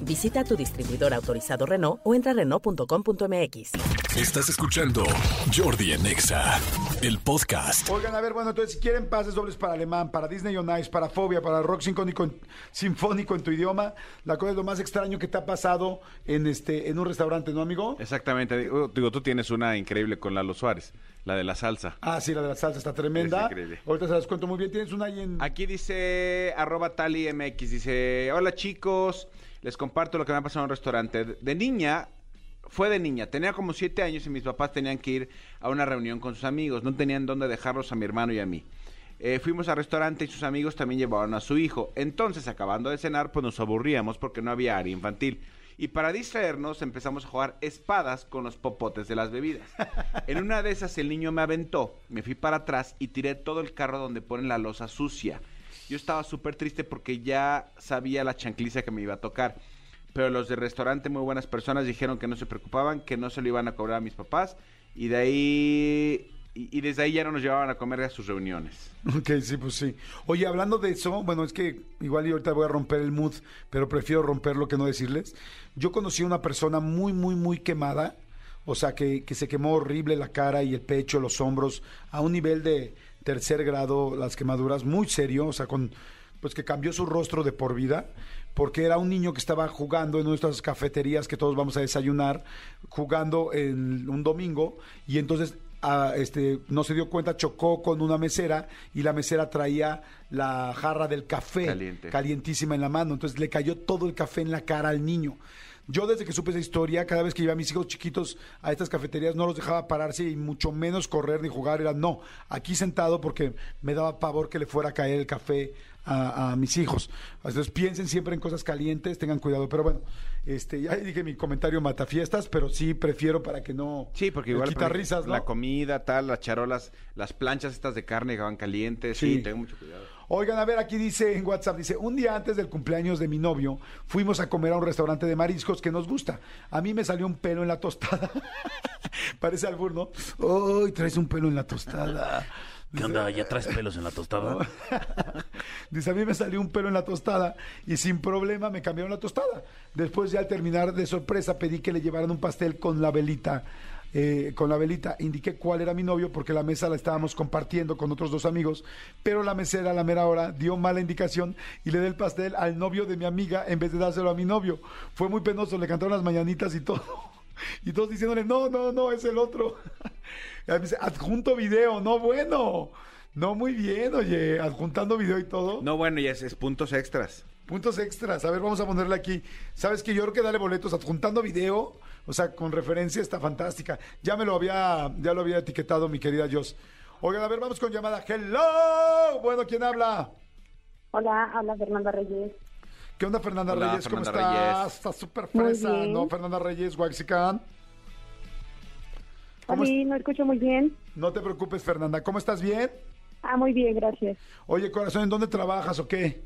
Visita tu distribuidor autorizado Renault o entra a Renault.com.mx. Estás escuchando Jordi en Exa, el podcast. Oigan, a ver, bueno, entonces si quieren pases dobles para Alemán, para Disney on Ice, para Fobia, para Rock Sinfónico en, sinfónico en tu idioma, la cosa es lo más extraño que te ha pasado en este en un restaurante, ¿no, amigo? Exactamente. Digo, digo, tú tienes una increíble con Lalo Suárez, la de la salsa. Ah, sí, la de la salsa está tremenda. Es increíble. Ahorita se las cuento muy bien. Tienes una ahí en... Aquí dice arroba talimx, dice, hola chicos, les comparto lo que me ha pasado en un restaurante. De niña, fue de niña, tenía como siete años y mis papás tenían que ir a una reunión con sus amigos, no tenían dónde dejarlos a mi hermano y a mí. Eh, fuimos al restaurante y sus amigos también llevaron a su hijo. Entonces, acabando de cenar, pues nos aburríamos porque no había área infantil. Y para distraernos empezamos a jugar espadas con los popotes de las bebidas. En una de esas el niño me aventó, me fui para atrás y tiré todo el carro donde ponen la losa sucia. Yo estaba súper triste porque ya sabía la chancliza que me iba a tocar. Pero los del restaurante, muy buenas personas, dijeron que no se preocupaban, que no se lo iban a cobrar a mis papás. Y de ahí... Y, y desde ahí ya no nos llevaban a comer a sus reuniones. Ok, sí, pues sí. Oye, hablando de eso, bueno, es que igual yo ahorita voy a romper el mood, pero prefiero romperlo que no decirles. Yo conocí a una persona muy, muy, muy quemada, o sea, que, que se quemó horrible la cara y el pecho, los hombros, a un nivel de tercer grado, las quemaduras, muy serio, o sea, con pues que cambió su rostro de por vida, porque era un niño que estaba jugando en nuestras cafeterías que todos vamos a desayunar, jugando en un domingo, y entonces ah, este, no se dio cuenta, chocó con una mesera y la mesera traía la jarra del café Caliente. calientísima en la mano, entonces le cayó todo el café en la cara al niño. Yo desde que supe esa historia, cada vez que llevaba a mis hijos chiquitos a estas cafeterías, no los dejaba pararse y mucho menos correr ni jugar. Era no, aquí sentado porque me daba pavor que le fuera a caer el café a, a mis hijos. Entonces piensen siempre en cosas calientes, tengan cuidado. Pero bueno, este, ya dije mi comentario matafiestas, pero sí prefiero para que no Sí, porque igual quita por ejemplo, risas, ¿no? la comida, tal, las charolas, las planchas estas de carne que van calientes. Sí, Sí. tengo mucho cuidado. Oigan, a ver, aquí dice en WhatsApp, dice, un día antes del cumpleaños de mi novio, fuimos a comer a un restaurante de mariscos que nos gusta. A mí me salió un pelo en la tostada. Parece albur, ¿no? ¡Ay, traes un pelo en la tostada! ¿Qué onda? ¿Ya traes pelos en la tostada? Dice, a mí me salió un pelo en la tostada y sin problema me cambiaron la tostada. Después ya al terminar de sorpresa pedí que le llevaran un pastel con la velita. eh, con la velita indiqué cuál era mi novio porque la mesa la estábamos compartiendo con otros dos amigos, pero la mesera a la mera hora dio mala indicación y le di el pastel al novio de mi amiga en vez de dárselo a mi novio. Fue muy penoso, le cantaron las mañanitas y todo. Y todos diciéndole, no, no, no, es el otro. Y me dice, adjunto video, no, bueno. No, muy bien, oye, adjuntando video y todo. No, bueno, y es, es puntos extras. Puntos extras. A ver, vamos a ponerle aquí. ¿Sabes qué? Yo creo que dale boletos adjuntando video. O sea, con referencia está fantástica. Ya me lo había, ya lo había etiquetado mi querida Jos. Oigan, a ver, vamos con llamada. Hello. Bueno, ¿quién habla? Hola, habla Fernanda Reyes. ¿Qué onda, Fernanda Hola, Reyes? ¿Cómo Fernanda estás? Reyes. Estás súper Muy fresa, bien. ¿no? Fernanda Reyes, Waxican. ¿Cómo Oli, no escucho muy bien. No te preocupes, Fernanda. ¿Cómo estás? ¿Bien? Ah, muy bien, gracias. Oye, corazón, ¿en dónde trabajas o qué?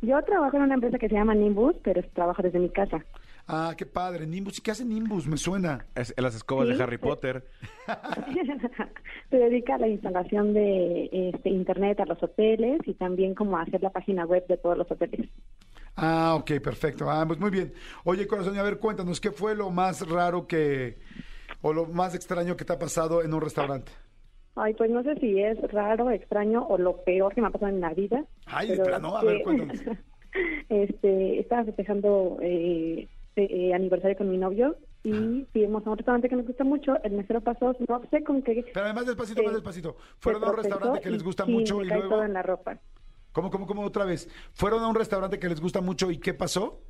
Yo trabajo en una empresa que se llama Nimbus, pero trabajo desde mi casa. Ah, qué padre. Nimbus. ¿Y qué hace Nimbus? Me suena. Es- las escobas Sí, de Harry pues, Potter. se dedica a la instalación de este, internet a los hoteles y también como a hacer la página web de todos los hoteles. Ah, ok, perfecto. Ah, pues muy bien. Oye, corazón, y a ver, cuéntanos, ¿qué fue lo más raro que, o lo más extraño que te ha pasado en un restaurante? Ay, pues no sé si es raro, extraño o lo peor que me ha pasado en la vida. Ay, de pero plano, a es ver, que- cuéntanos. este, estaba festejando eh, eh, aniversario con mi novio y Ah. fuimos a un restaurante que nos gusta mucho. El mesero pasó, no sé con qué. Pero además despacito, más Eh, despacito. Fueron a un se tropezó restaurante que les y gusta sí, mucho me y cae luego... todo en la ropa. ¿Cómo, cómo, cómo otra vez? Fueron a un restaurante que les gusta mucho y ¿qué pasó?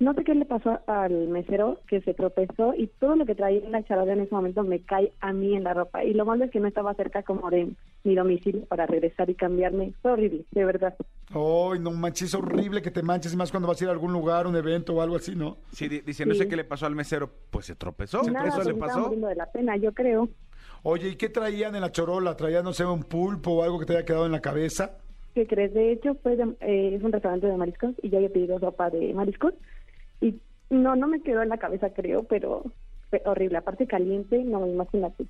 No sé qué le pasó al mesero que se tropezó y todo lo que traía en la charola en ese momento me cae a mí en la ropa. Y lo malo es que no estaba cerca como de mi domicilio para regresar y cambiarme. Fue horrible, de verdad. Ay, no manches, es horrible que te manches, y más cuando vas a ir a algún lugar, un evento o algo así, ¿no? Sí, di- dice, no Sí. sé qué le pasó al mesero. Pues se tropezó. Nada, Eso pues, le estaba pasó. muriendo de la pena, yo creo. Oye, ¿y qué traían en la chorola? ¿Traían, no sé, un pulpo o algo que te haya quedado en la cabeza? ¿Qué crees? De hecho, fue de- eh, es un restaurante de mariscos y yo había pedido sopa de mariscos. Y no, no me quedó en la cabeza, creo, pero fue horrible. Aparte, caliente, no, imagínate.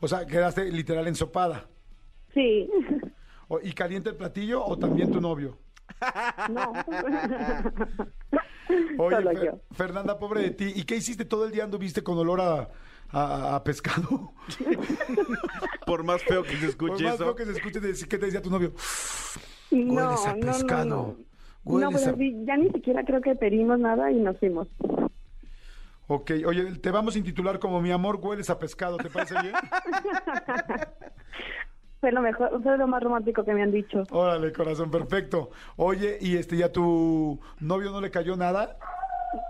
O sea, quedaste literal ensopada. Sí, O- ¿Y caliente el platillo o también tu novio? no. Oye, Solo Fer- yo. Fernanda, pobre de ti. ¿Y qué hiciste todo el día? ¿Anduviste con olor a, a- a pescado? Por más feo que se Por escuche más eso. feo que se escuche decir que te decía tu novio. No, Hueles a no, pescado. no, no. No, Hueles pero a- sí, ya ni siquiera creo que pedimos nada y nos fuimos. Ok, oye, te vamos a intitular como Mi amor hueles a pescado, ¿te parece bien? Fue lo mejor, fue lo más romántico que me han dicho. Órale, corazón, perfecto. Oye, ¿y este ya tu novio no le cayó nada?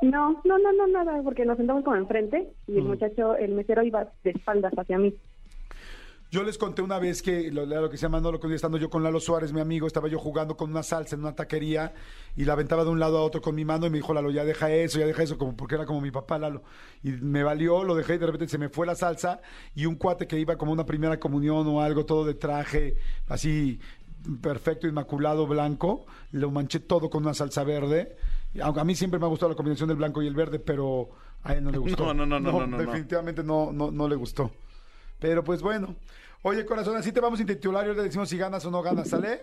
No, no, no, no, nada, porque nos sentamos como enfrente y Mm. el muchacho, el mesero iba de espaldas hacia mí. Yo les conté una vez que lo, lo que se llama no lo conocía, estando yo con Lalo Suárez, mi amigo, estaba yo jugando con una salsa en una taquería y la aventaba de un lado a otro con mi mano y me dijo Lalo, ya deja eso, ya deja eso, como porque era como mi papá Lalo. Y me valió, lo dejé y de repente se me fue la salsa y un cuate que iba como a una primera comunión o algo, todo de traje, así perfecto, inmaculado, blanco, lo manché todo con una salsa verde. Y Aunque a mí siempre me ha gustado la combinación del blanco y el verde, pero a él no le gustó. No, no, no, no, no, no. Definitivamente no, no, no le gustó. Pero pues bueno. Oye, corazón, así te vamos a intitular y ahora decimos si ganas o no ganas, ¿sale?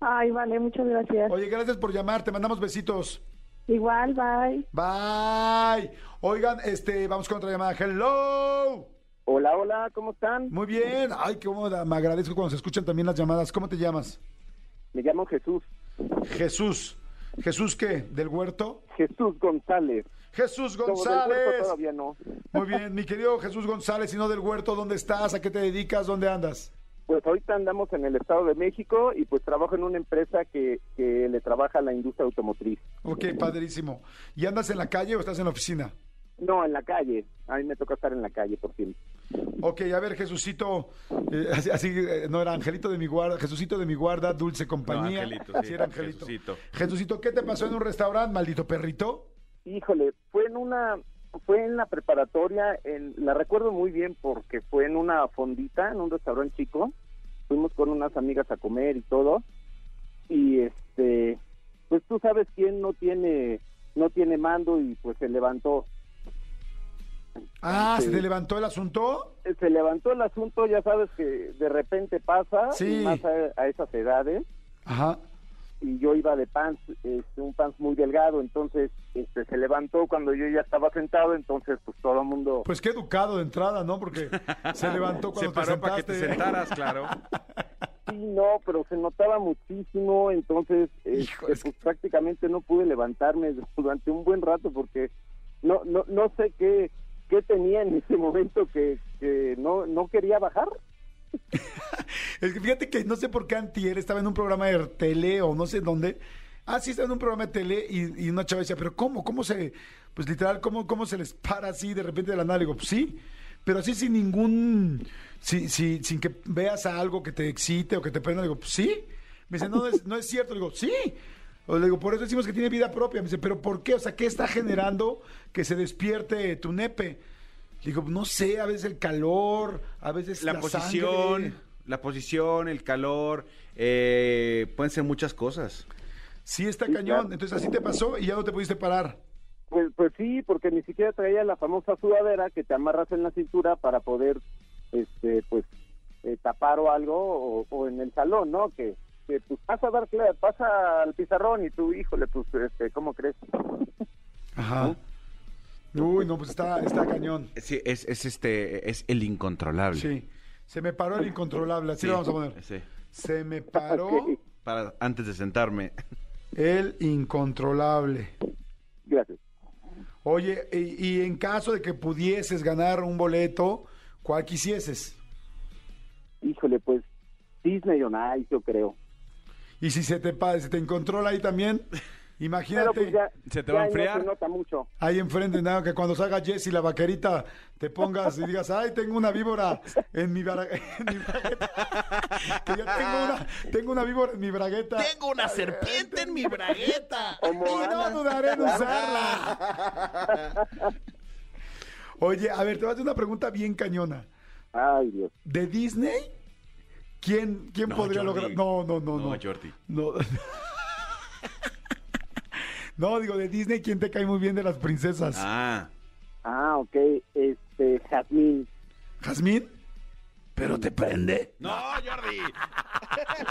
Ay, vale, muchas gracias. Oye, gracias por llamar, te mandamos besitos. Igual, bye. Bye. Oigan, este, vamos con otra llamada. Hello. Hola, hola, ¿cómo están? Muy bien. Ay, qué cómoda. Me agradezco cuando se escuchan también las llamadas. ¿Cómo te llamas? Me llamo Jesús, Jesús. ¿Jesús qué? ¿Del huerto? Jesús González. Jesús Como del cuerpo González. todavía no. Muy bien, mi querido Jesús González, y no del huerto, ¿dónde estás? ¿A qué te dedicas? ¿Dónde andas? Pues ahorita andamos en el Estado de México y pues trabajo en una empresa que, que le trabaja a la industria automotriz. Ok, padrísimo. ¿Y andas en la calle o estás en la oficina? No, en la calle. A mí me toca estar en la calle por siempre. Ok, a ver, Jesucito, eh, así, así, eh, no era Angelito de mi guarda, Jesucito de mi guarda, dulce compañía. No, Angelito, sí, Sí, era Angelito. Jesucito. Jesucito. ¿qué te pasó en un restaurante, maldito perrito? Híjole, fue en una, fue en la preparatoria, en, la recuerdo muy bien porque fue en una fondita, en un restaurante chico. Fuimos con unas amigas a comer y todo. Y este, pues tú sabes quién no tiene, no tiene mando y pues se levantó. Ah, ¿se Sí. te levantó el asunto? Eh, Se levantó el asunto, ya sabes que de repente pasa, Sí. Ah, y más a, a esas edades. Ajá. y yo iba de pants, este, un pants muy delgado, entonces este, se levantó cuando yo ya estaba sentado, entonces pues todo el mundo... Pues qué educado de entrada, ¿no? Porque se levantó Se cuando paró te para que te sentaste. sentaras, claro. Sí, no, pero se notaba muchísimo, entonces este, Hijo, es pues, prácticamente no pude levantarme durante un buen rato porque no no, no sé qué, qué tenía en ese momento que, que no, no quería bajar. Es que fíjate que no sé por qué Antier estaba en un programa de tele o no sé dónde. Ah, sí, estaba en un programa de tele y, y una chava decía, pero ¿cómo? ¿Cómo se.? Pues literal, ¿cómo, ¿cómo se les para así de repente de la nada? Le digo, pues sí, pero así sin ningún. si- si- sin que veas a algo que te excite o que te prenda. Le digo, pues sí. Me dice, no, no es, no es cierto. Le digo, sí. O le digo, por eso decimos que tiene vida propia. Me dice, pero ¿por qué? O sea, ¿qué está generando que se despierte tu nepe? Le digo, no sé, a veces el calor, a veces la, La posición, sangre. la posición, el calor, eh, pueden ser muchas cosas. Sí, está cañón. Entonces así te pasó y ya no te pudiste parar. Pues, pues sí, porque ni siquiera traía la famosa sudadera que te amarras en la cintura para poder, este, pues, eh, tapar o algo, o, o en el salón, ¿no? Que, que, pues, vas a dar clase, pasa al pizarrón y tú, híjole, pues, este, ¿cómo crees? Ajá. Uy, no, pues está, está cañón. Sí, es, es este, es el incontrolable. Sí. Se me paró el incontrolable, así Sí, lo vamos a poner. sí. Se me paró Ok. Para antes de sentarme. el incontrolable. Gracias. Oye, y, y en caso de que pudieses ganar un boleto, ¿cuál quisieses? Híjole, pues, Disney on Ice, yo creo. Y si se te, pa- se te encontrola ahí también, Pero pues Imagínate ya, ¿Se te ya va a no enfriar? se nota mucho. ahí enfrente, nada, que cuando salga Jessy la vaquerita, te pongas y digas, ay, tengo una víbora en mi, bara- en mi bragueta. Que ya tengo una, tengo una víbora en mi bragueta. Tengo una serpiente en mi bragueta. Como Y no Ana. dudaré en usarla. Oye, a ver, te voy a hacer una pregunta bien cañona. Ay, Dios. ¿De Disney? ¿Quién, quién No, podría Jordi. lograr? No, no, no, no. No, Jordi. No. No, digo, de Disney, ¿quién te cae muy bien de las princesas? Ah, Ah, ok. Este, Jazmín. ¿Jazmín? Pero te prende. no, Jordi. Ah.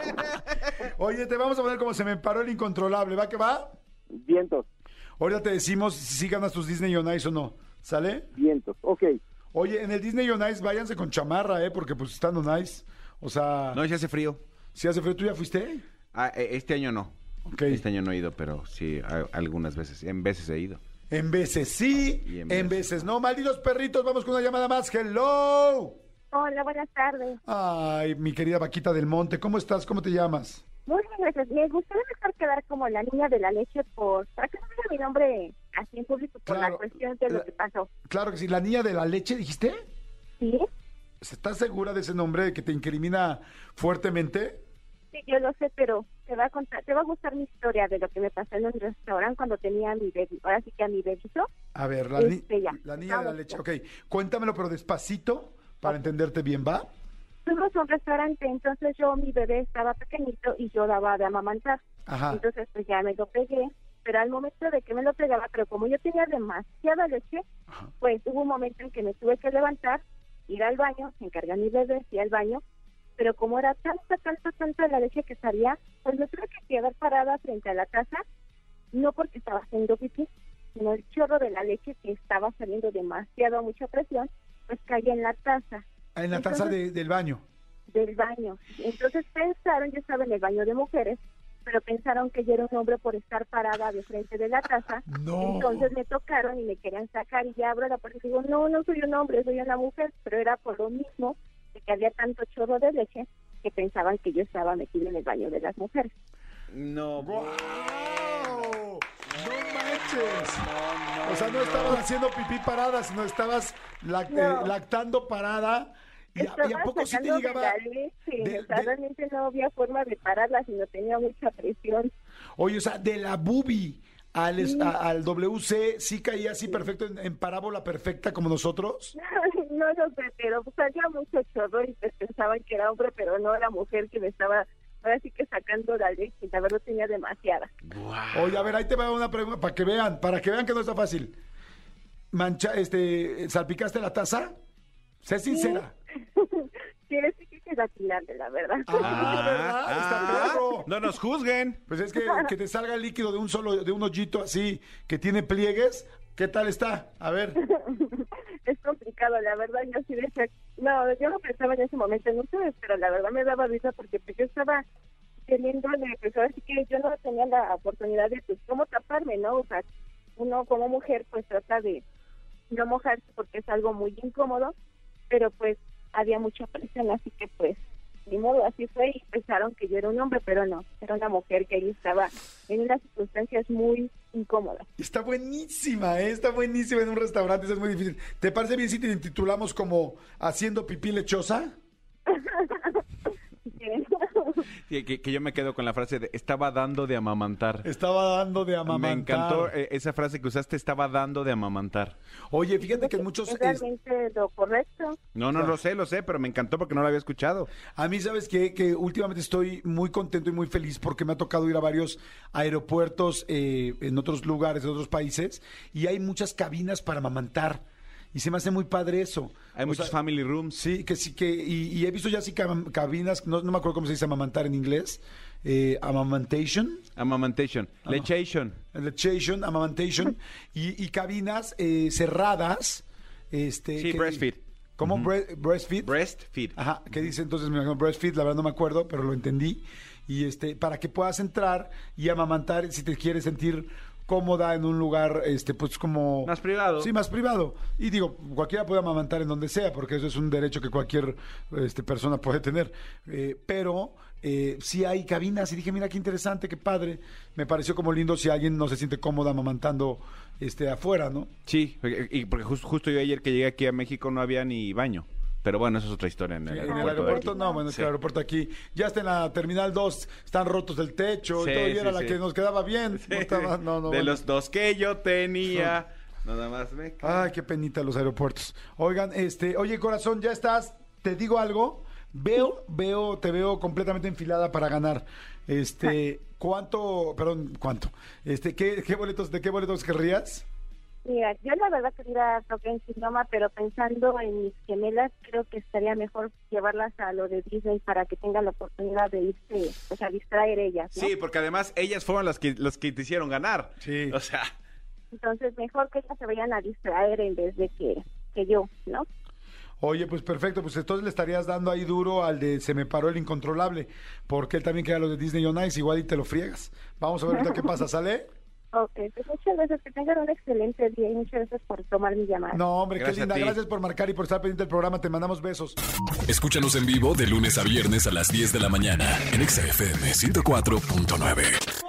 Oye, te vamos a poner como se me paró el incontrolable, ¿va que va? Vientos, Ahorita te decimos si ganas tus Disney on Ice o no, ¿sale? vientos. Ok. Oye, en el Disney on Ice váyanse con chamarra, ¿eh? Porque pues están on Ice. O sea, No, ya hace frío. si hace frío, ¿tú ya fuiste? Ah, eh, este año no. Ok. Este año no he ido, pero sí, a- algunas veces. En veces he ido. En veces sí, Y en, veces. en veces no. Malditos perritos, vamos con una llamada más. Hello. Hola, buenas tardes. Ay, mi querida vaquita del monte, ¿cómo estás? ¿Cómo te llamas? Muchas gracias. Me gustaría dejar quedar como la niña de la leche por... ¿Para que no diga mi nombre así en público por Claro, la cuestión de la- lo que pasó? Claro que sí, la niña de la leche, dijiste. ¿Sí? ¿Estás segura de ese nombre que te incrimina fuertemente? Sí, yo lo sé, pero te va a contar, te va a gustar mi historia de lo que me pasó en el restaurante cuando tenía a mi bebé, ahora sí que a mi bebito. A ver, la, ni- Este, ya. la niña de la Vamos, leche. ya. Ok, cuéntamelo, pero despacito para entenderte bien, ¿va? Fuimos a un restaurante, entonces yo, mi bebé estaba pequeñito y yo daba de amamantar. Ajá. Entonces pues ya me lo pegué, pero al momento de que me lo pegaba, pero como yo tenía demasiada leche, pues hubo un momento en que me tuve que levantar, ir al baño, encargar a mi bebé, ir al baño, pero como era tanta, tanta, tanta la leche que salía, pues me tuve que quedar parada frente a la taza, no porque estaba haciendo pipí, sino el chorro de la leche que estaba saliendo demasiado a mucha presión, pues caía en la taza En la taza de- del baño. del baño. Entonces pensaron, yo estaba en el baño de mujeres, pero pensaron que yo era un hombre por estar parada de frente de la taza. No. Entonces me tocaron y me querían sacar y ya abro la puerta y digo, no, no soy un hombre, soy una mujer, pero era por lo mismo de que había tanto chorro de leche que pensaban que yo estaba metida en el baño de las mujeres. No, ¡Guau! ¡No manches! O sea, no estabas haciendo pipí parada, sino estabas lact- No. eh, lactando parada. ¿Y a, Estaba y a poco sí te sacando de llegaba? la leche, de- o sea, de- realmente no había forma de pararla, sino tenía mucha presión. Oye, o sea, de la bubi al, es- Sí. a- al WC sí caía así perfecto, en, en parábola perfecta como nosotros. No lo sé, pero salía mucho chorro y pues pensaban que era hombre, pero no, la mujer que me estaba, ahora sí que sacando la leche, la verdad tenía demasiada. Oye, a ver, ahí te va una pregunta para que vean, para que vean que no está fácil. Mancha, este, ¿salpicaste la taza? Sé sincera. Sí, sí que queda tirarle, la verdad. Ah, ¿verdad? Está perro. Ah. no nos juzguen. Pues es que, que te salga el líquido de un solo, de un hoyito así, que tiene pliegues, ¿qué tal está? A ver. Es complicado, la verdad, yo sí decía, no, yo lo pensaba en ese momento en ustedes, pero la verdad me daba risa porque pues yo estaba teniendo, pues ahora sí que yo no tenía la oportunidad de, pues, cómo taparme, ¿no? O sea, uno como mujer pues trata de no mojarse porque es algo muy incómodo, pero pues había mucha presión, así que pues ni modo, así fue y pensaron que yo era un hombre, pero no, era una mujer que ahí estaba en unas circunstancias muy incómodas. Está buenísima, ¿eh? está buenísima en un restaurante, eso es muy difícil. ¿Te parece bien si te intitulamos como haciendo pipí lechosa? Sí, que, que yo me quedo con la frase de estaba dando de amamantar. Estaba dando de Me amamantar. encantó eh, esa frase que usaste, estaba dando de amamantar. Oye, fíjate que en muchos... es es- realmente lo correcto. No, no lo sé, lo sé, pero me encantó porque no lo había escuchado. A mí, ¿sabes qué? Que últimamente estoy muy contento y muy feliz porque me ha tocado ir a varios aeropuertos eh, en otros lugares, en otros países, y hay muchas cabinas para amamantar. Y se me hace muy padre eso. Hay O muchos sea, family rooms. Sí, que sí, que. Y, y he visto ya sí cam- cabinas, no, no me acuerdo cómo se dice amamantar en inglés. eh, amamantation. Amamantation. Lechation. Lechation, amamantation. y, y cabinas eh, cerradas. Este, Sí, breastfeed. ¿Cómo? Bre- breastfeed. Breastfeed. Ajá, ¿qué dice entonces? Me imagino breastfeed, la verdad no me acuerdo, pero lo entendí. Y este, para que puedas entrar y amamantar si te quieres sentir cómoda, en un lugar, este, pues como... Más privado. Sí, más privado. Y digo, cualquiera puede amamantar en donde sea, porque eso es un derecho que cualquier este, persona puede tener. Eh, pero eh, sí hay cabinas y dije, mira qué interesante, qué padre. Me pareció como lindo si alguien no se siente cómoda amamantando este, afuera, ¿no? Sí, porque- y porque jus- justo yo ayer que llegué aquí a México no había ni baño. Pero bueno, eso es otra historia en el en aeropuerto. el de aeropuerto, aquí. no, bueno, es que Sí. el aeropuerto aquí, ya está en la terminal 2, están rotos el techo, Sí, y todo, y era sí, la sí. que nos quedaba bien. No estaba- no, no, de bueno. los dos que yo tenía. Nada más me ca- Ay, qué penita los aeropuertos. Oigan, este, oye, corazón, ya estás, te digo algo, veo, veo, te veo completamente enfilada para ganar. Este, ¿cuánto, perdón, cuánto? Este, ¿qué, qué boletos, de qué boletos querrías? Mira, yo la verdad quería tocar en Sinoma, pero pensando en mis gemelas, creo que estaría mejor llevarlas a lo de Disney para que tengan la oportunidad de irse, o sea, distraer ellas, ¿no? Sí, porque además ellas fueron las que, las que te hicieron ganar. Sí. O sea, Entonces, mejor que ellas se vayan a distraer en vez de que, que yo, ¿no? Oye, pues perfecto, pues entonces le estarías dando ahí duro al de Se me paró el incontrolable, porque él también queda los de Disney on Ice, igual y te lo friegas. Vamos a ver ahorita qué pasa, ¿sale? Ok, pues muchas gracias, que tengan un excelente día y muchas gracias por tomar mi llamada. No, hombre, Gracias qué a linda. ti. Gracias por marcar y por estar pendiente del programa. Te mandamos besos. Escúchanos en vivo de lunes a viernes a las 10 de la mañana en Exa FM 104.9.